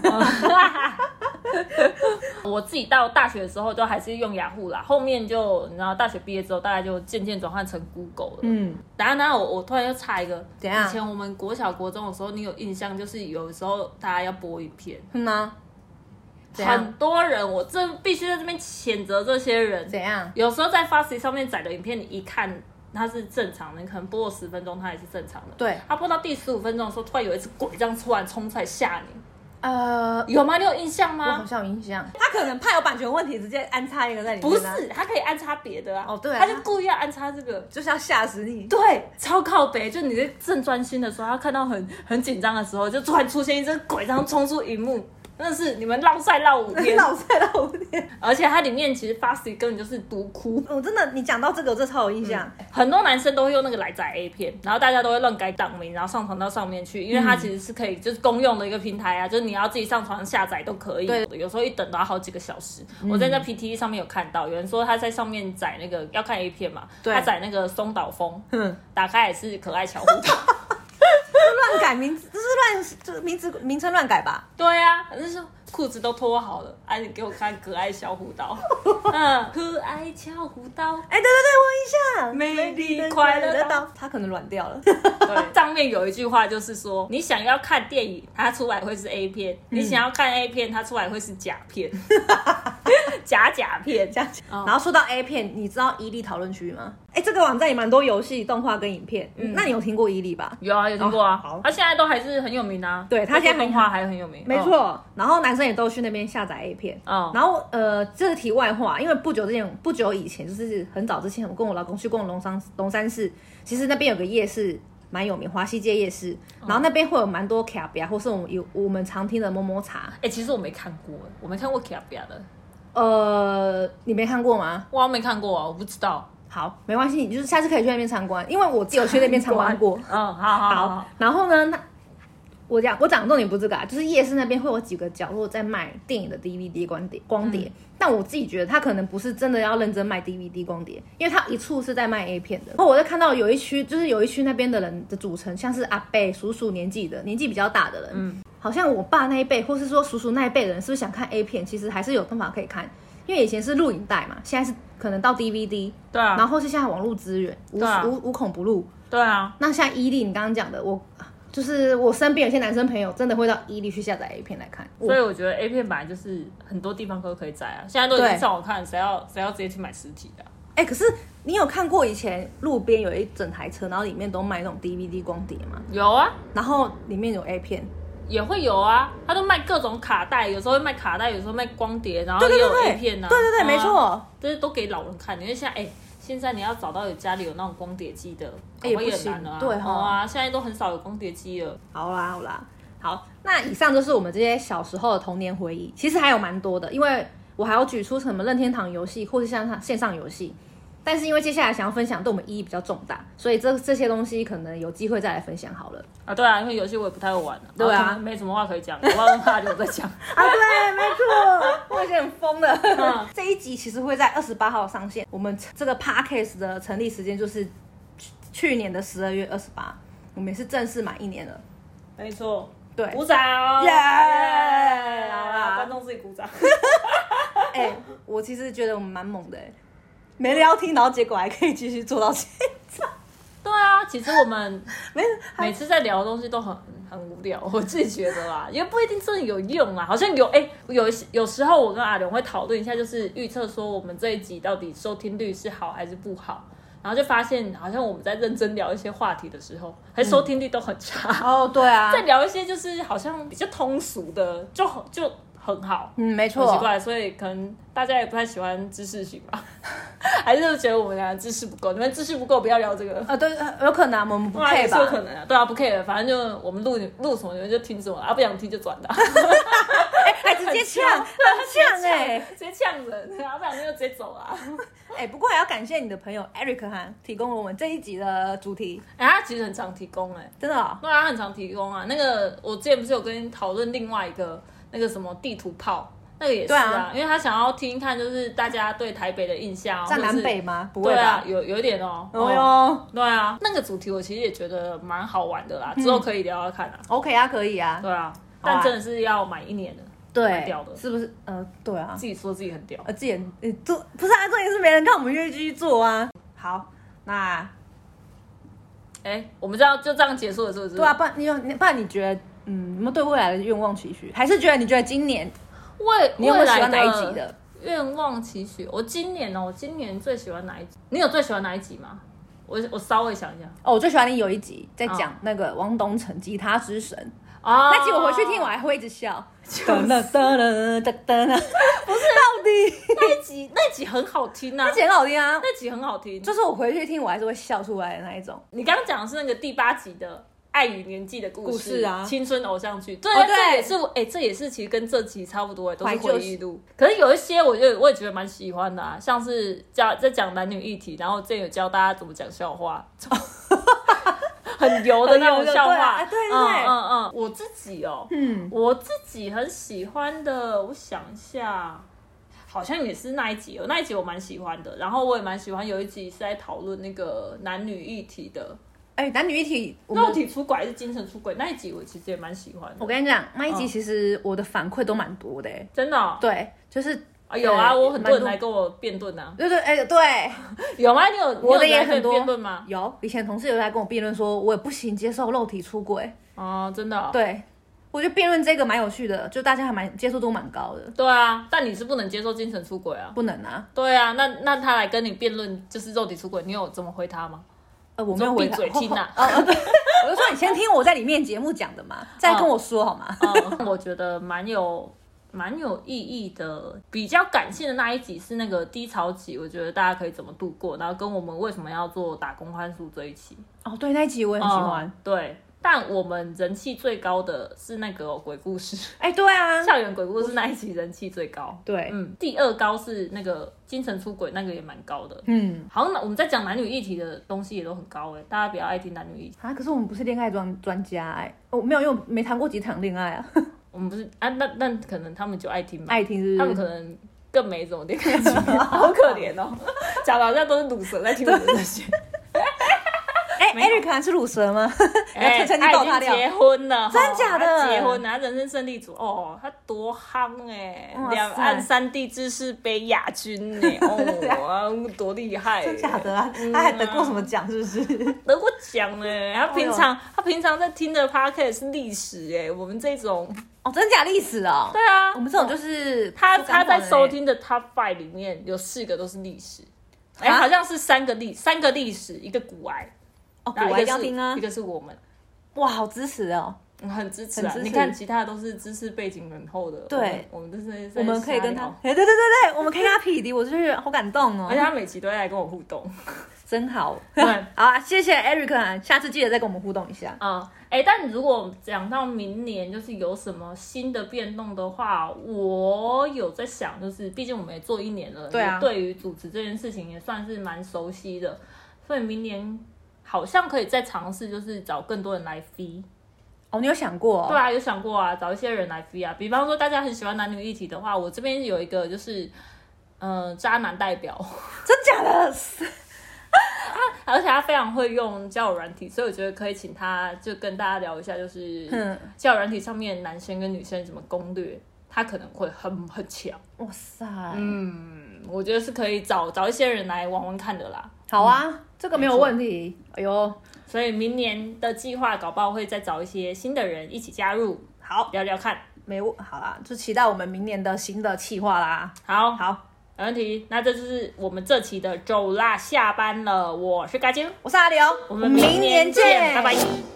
A: 我自己到大学的时候都还是用雅虎啦，后面就你知道，大学毕业之后大概就渐渐转换成 Google 了。
B: 嗯，
A: 等一下，等一下，我我突然又插一个，
B: 怎样
A: 以前我们国小国中的时候，你有印象就是有时候大家要播影片，
B: 是吗？嗯啊怎样
A: 很多人，我这必须在这边谴责这些人。
B: 怎样？
A: 有时候在 f a s t 上面载的影片，你一看它是正常的，你可能播了十分钟，它也是正常的。
B: 对，
A: 它播到第十五分钟的时候，突然有一只鬼这样突然冲出来吓你，
B: 呃，
A: 有吗？你有印象
B: 我好
A: 吗？
B: 像有印象，他可能怕有版权问题，直接安插一个在里面、啊
A: 不，是，它可以安插别的啊。
B: 哦对啊
A: 它就故意要安插这个。
B: 就是要吓死你。
A: 对，超靠北，就你在正专心的时候，他看到很很紧张的时候，就突然出现一只鬼，然后冲出荧幕，真的是你们浪赛浪五
B: [laughs]
A: 天，
B: 老塞到五点，
A: 而且它里面其实 Fast 根本就是毒哭，
B: 我真的，你讲到这个，我真的超有印象。
A: 很多男生都会用那个来载 A 片，然后大家都会乱改档名，然后上传到上面去，因为它其实是可以就是公用的一个平台啊，就是你要自己上传下载都可以。
B: 对，
A: 有时候一等都要好几个小时。我在那 PTE 上面有看到有人说他在上面载那个要看 A 片嘛，
B: 对
A: 他载那个松岛枫，
B: 嗯，
A: 打开也是可爱巧虎岛。
B: 乱改名字，就是乱，就是名字名称乱改吧。
A: 对呀、啊，就是裤子都脱好了，哎、你给我看可爱小虎 [laughs] 刀，嗯，可爱小虎刀，
B: 哎、对对对，我有印象。
A: 美丽快乐到。
B: 他可能软掉了。
A: 对，上面有一句话就是说，你想要看电嗯 [laughs] 影，它出来会是 A 片；你想要看 A 片，它出来会是假片。假假片，
B: 这样讲。
A: 哦
B: 然后说到 A 片，你知道伊利讨论区吗？哎，这个网站也蛮多游戏、动画跟影片。
A: 嗯
B: 那你有听过伊利吧？
A: 有啊，有听过
B: 哦好
A: 啊，他现在都还是很有名啊。
B: 对他现在
A: 而且动画还很有名，
B: 没
A: 哦。
B: 错。然后男生也都去那边下载 A 片。
A: 哦
B: 然后呃，这是题外话，因为不久之前，不久以前就是很早之前，我跟我老公去逛龙山龙山寺，其实那边有个夜市蛮有名，华西街夜市，
A: 哦
B: 然后那边会有蛮多卡比啊，或是我们有我们常听的摸摸茶。
A: 哎、其实我没看过，我没看过《卡比亚》的，
B: 呃，你没看过吗？
A: 我好像没看过啊，我不知道。
B: 好，没关系，你就是下次可以去那边参观，因为我自己有去那边参观过。
A: 嗯，好好好
B: 好，然后呢，那我讲我讲的重点不是这个啊，就是夜市那边会有几个角落在卖电影的 DVD 光碟光碟，但我自己觉得他可能不是真的要认真卖 DVD 光碟，因为他一处是在卖 A 片的。然后我在看到有一区，就是有一区那边的人的组成，像是阿伯、叔叔年纪的年纪比较大的人，好像我爸那一辈，或是说叔叔那一辈的人，是不是想看 A 片，其实还是有办法可以看。因为以前是录影带嘛，现在是可能到 DVD，、
A: 对啊，
B: 然后是现在网络资源无、
A: 对啊
B: 无无孔不入，
A: 对啊，
B: 那像伊利，你刚刚讲的，我就是我身边有些男生朋友真的会到伊利去下载 A 片来看。
A: 所以我觉得 A 片本来就是很多地方都可以载啊，现在都已
B: 对
A: 经上网看，谁要谁要直接去买实体的啊、
B: 哎、可是你有看过以前路边有一整台车，然后里面都卖那种 DVD 光碟吗？
A: 有啊，
B: 然后里面有 A 片，
A: 也会有啊，他都卖各种卡带，有时候会卖卡带，有时候卖光碟，然后
B: 对
A: 也
B: 对
A: 有
B: 对对
A: A 片啊，
B: 对对对，
A: 嗯啊
B: 没，错。
A: 这些都给老人看。因为现在哎、现在你要找到有家里有那种光碟机的，
B: 哎也不
A: 搞不好也
B: 行
A: 难了啊，
B: 对
A: 嗯
B: 吼
A: 啊，现在都很少有光碟机了。
B: 好啦好啦，好，那以上就是我们这些小时候的童年回忆，其实还有蛮多的，因为我还要举出什么任天堂游戏或是像它线上游戏。但是因为接下来想要分享对我们意义比较重大，所以这这些东西可能有机会再来分享好了。
A: 啊，对啊，因为游戏我也不太会玩、啊，
B: 对啊
A: 然后可能没什么话可以讲，我要问他就在 [laughs] 讲。
B: 啊，对，没 [laughs] 错，我已经很疯了
A: 嗯。
B: 这一集其实会在二十八号上线，我们这个 podcast 的成立时间就是去去年的十二月二十八，我们也是正式满一年了。
A: 没错，
B: 对，
A: 鼓掌，
B: 耶好
A: 好
B: 啦
A: 啦，观众自己鼓 [laughs] 掌。
B: 哎、我其实觉得我们蛮猛的、哎没聊听，然后结果还可以继续做到现在，
A: 对啊，其实我们
B: 没
A: 每次在聊的东西都很很无聊，我自己觉得啦，也不一定真的有用啦。好像有哎、有一些有时候我跟阿龙会讨论一下，就是预测说我们这一集到底收听率是好还是不好，然后就发现好像我们在认真聊一些话题的时候，还收听率都很差。
B: 哦，对嗯啊
A: 再聊一些就是好像比较通俗的，就很就很好，
B: 嗯，没
A: 很奇
B: 错，
A: 怪，所以可能大家也不太喜欢知识型吧， [laughs] 还是觉得我们俩知识不够，你们知识不够，不要聊这个。
B: 呃，对，呃有可能、啊、我们不
A: 哇，
B: 配
A: 也是有
B: 吧？
A: 可能啊，对啊，不 care，反正就我们录录什么你们就听什么啊，不想听就转的啊， [laughs]
B: 还哎直接呛，
A: 很
B: 很呛哎、
A: 直接呛人啊，不想听就直接走啊。
B: 哎、不过也要感谢你的朋友 Eric 哈，提供了我们这一集的主题，
A: 哎，他其实很常提供哎，
B: 真的、哦。
A: 对啊，他很常提供啊。那个我之前不是有跟你讨论另外一个那个什么地图炮，那个也是
B: 对
A: 啊
B: 啊，
A: 因为他想要听看就是大家对台北的印象啊，
B: 在
A: 或者
B: 南
A: 是
B: 北吗？不会
A: 对啊
B: 吧？，
A: 有有一点哦，
B: 哦哟
A: 对啊，那个主题我其实也觉得蛮好玩的啦，之后可以聊聊看啊。
B: ，OK 啊，可以啊。
A: 对啊，
B: 嗯好啊
A: 但真的是要满一年的，
B: 对
A: 掉的
B: 是不是？呃，对啊
A: 自，己说自己很屌。
B: 呃，自己人呃做不是啊，重点是没人看，我们愿意继续做啊。好，那
A: 哎、我们这样就这样结束了，是不是？
B: 对啊，，不然你有，不然你觉得，嗯，有没有对未来的愿望期许？还是觉得你觉得今年
A: 未
B: 你有没有
A: 未
B: 喜
A: 来
B: 欢哪一集的？
A: 愿望期许？我今年哦，我今年最喜欢哪一集？你有最喜欢哪一集吗？我我稍微想一下
B: 哦，我最喜欢你有一集在
A: 哦
B: 讲那个汪东城吉他之神，
A: 啊
B: 那集我回去听，我还会一直 [laughs] 笑。噔噔噔噔噔噔，不是到底
A: 那一集那一集很好听啊
B: 那，集很好听啊，
A: 那集很好听。
B: 就是我回去听我还是会笑出来的那一种。
A: 你刚刚讲的是那个第八集的《爱与年纪的故事》
B: 故事啊
A: 青春偶像剧，对，
B: 哦对
A: 这也是哎、这也是其实跟这集差不多哎，都
B: 怀
A: 是
B: 旧
A: 回忆录。可是有一些我就我也觉得蛮喜欢的、啊，像是教在讲男女议题，然后这有教大家怎么讲笑
B: [laughs]
A: 话，很油的那种笑话，
B: 很油的对啊对对对
A: 嗯嗯嗯，我自己哦，
B: 嗯，
A: 我自己很喜欢的，我想一下。好像也是那一集哦，那一集我蛮喜欢的，然后我也蛮喜欢有一集是在讨论那个男女议题的，
B: 哎、男女一体，我
A: 肉
B: 们
A: 体出轨还是精神出轨那一集，我其实也蛮喜欢的
B: 我，跟你讲，那一集其实我的反馈都蛮多的、哎
A: 真的哦、
B: 嗯对，就是
A: 啊有啊，
B: 对
A: 我很
B: 蛮
A: 多人
B: 多
A: 来跟我辩论啊，
B: 对对，哎、对，
A: 有吗？你有
B: 我的
A: 你有
B: 也
A: 来跟
B: 很
A: 你
B: 多
A: 辩论吗？
B: 有以前同事有来跟我辩论说，我也不行接受肉体出轨，
A: 哦，真的、哦，
B: 对，我觉得辩论这个蛮有趣的，就大家还蛮接受度蛮高的。
A: 对啊，但你是不能接受精神出轨啊。
B: 不能啊，
A: 对啊，那那他来跟你辩论就是肉体出轨，你有怎么回他吗？
B: 呃，我没有
A: 说
B: 回
A: 闭
B: 答。
A: 嘴
B: [laughs]
A: 听啊
B: 哦哦对，我就说你先听我在里面节目讲的嘛，再跟我说好吗？
A: 嗯，我觉得蛮有蛮有意义的。比较感性的那一集是那个低潮期，我觉得大家可以怎么度过，然后跟我们为什么要做打工宽恕这一期。
B: 哦，对，那一集我也很喜欢
A: 嗯。对，但我们人气最高的是那个、鬼故事， [laughs]
B: 哎、对啊，
A: 校园鬼故事那一集人气最高。
B: 对，
A: 嗯，第二高是那个精神出轨，那个也蛮高的。
B: 嗯
A: 好像我们在讲男女议题的东西也都很高哎、大家比较爱听男女议题。
B: 啊，可是我们不是恋爱专专家哎、我、没有，因为我没谈过几场恋爱啊，
A: 我们不是啊，那那可能他们就爱听吧，
B: 爱听是
A: 他们
B: 不是？
A: 可能更没怎么恋 [laughs] 爱经验，好可怜哦，讲的好像都是卤蛇在听
B: [laughs]
A: 我们这些。
B: 哎
A: 没有
B: ，Eric 还是乳蛇吗？
A: [laughs]
B: [laughs]
A: 哎
B: 要趁趁机
A: 他
B: 爆
A: 已
B: 他
A: 经
B: 料
A: 结婚了，
B: 真假的
A: 哦他结婚了，他人生胜利组哦，他多夯哎、
B: 哇塞
A: 两岸三地知识杯亚军
B: [laughs]
A: 呢、哦，啊多厉害、
B: 真假的啊，他还得过什么奖是不是？
A: 得过奖呢、他平
B: 哎
A: 常、他平常在听的 podcast 是历史哎、我们这种
B: [laughs] 哦，真假历史哦。
A: 对啊，
B: 我们这种就是
A: 他
B: 不
A: 他
B: 敢管
A: 在收
B: 欸，
A: 听的 Top Five 里面有四个都是历史，哎、
B: 啊
A: 好像是三个历三个历史，一个古癌，
B: 哦，
A: 然
B: 古
A: 后
B: 玩
A: 一
B: 要
A: 个
B: 听
A: 是、
B: 啊
A: 一，个是我们。
B: 哇，好支持哦。
A: 嗯很支持啊！
B: 很支持
A: 你看，其他的都是知识背景很厚的。
B: 对
A: 我们，我们就是在
B: 我们可以跟他
A: 瞎聊，
B: 哎，对对对对，我们可以跟他匹敌，我就是好感动
A: 而且
B: 哦，
A: 他每期都会来跟我互动。
B: [laughs] 真好。
A: 哎对
B: [laughs] 好啊，谢谢 Eric，啊下次记得再跟我们互动一下。
A: 嗯，哎、但如果讲到明年，就是有什么新的变动的话，我有在想，就是毕竟我们也做一年了，
B: 对啊
A: 也对于主持这件事情也算是蛮熟悉的，所以明年好像可以再尝试，就是找更多人来 f
B: 哦，你有想过哦？
A: 对啊，有想过啊，找一些人来 f 啊，比方说大家很喜欢男女议题的话，我这边有一个就是，呃，渣男代表， [laughs]
B: 真假的？
A: 而且他非常会用交友软体，所以我觉得可以请他就跟大家聊一下，就是
B: 嗯
A: 交友软体上面男生跟女生怎么攻略，他可能会很很强。
B: 哇塞，
A: 嗯，我觉得是可以找找一些人来玩玩看的啦。
B: 好啊，这个没有问题。哎呦，
A: 所以明年的计划，搞不好会再找一些新的人一起加入，
B: 好，
A: 聊聊看。
B: 没问好啦，就期待我们明年的新的企划啦。
A: 好，
B: 好，
A: 没问题。那这就是我们这期的走啦，下班了。我是嘎精，
B: 我是阿刘，哦
A: 我们明年见，拜拜。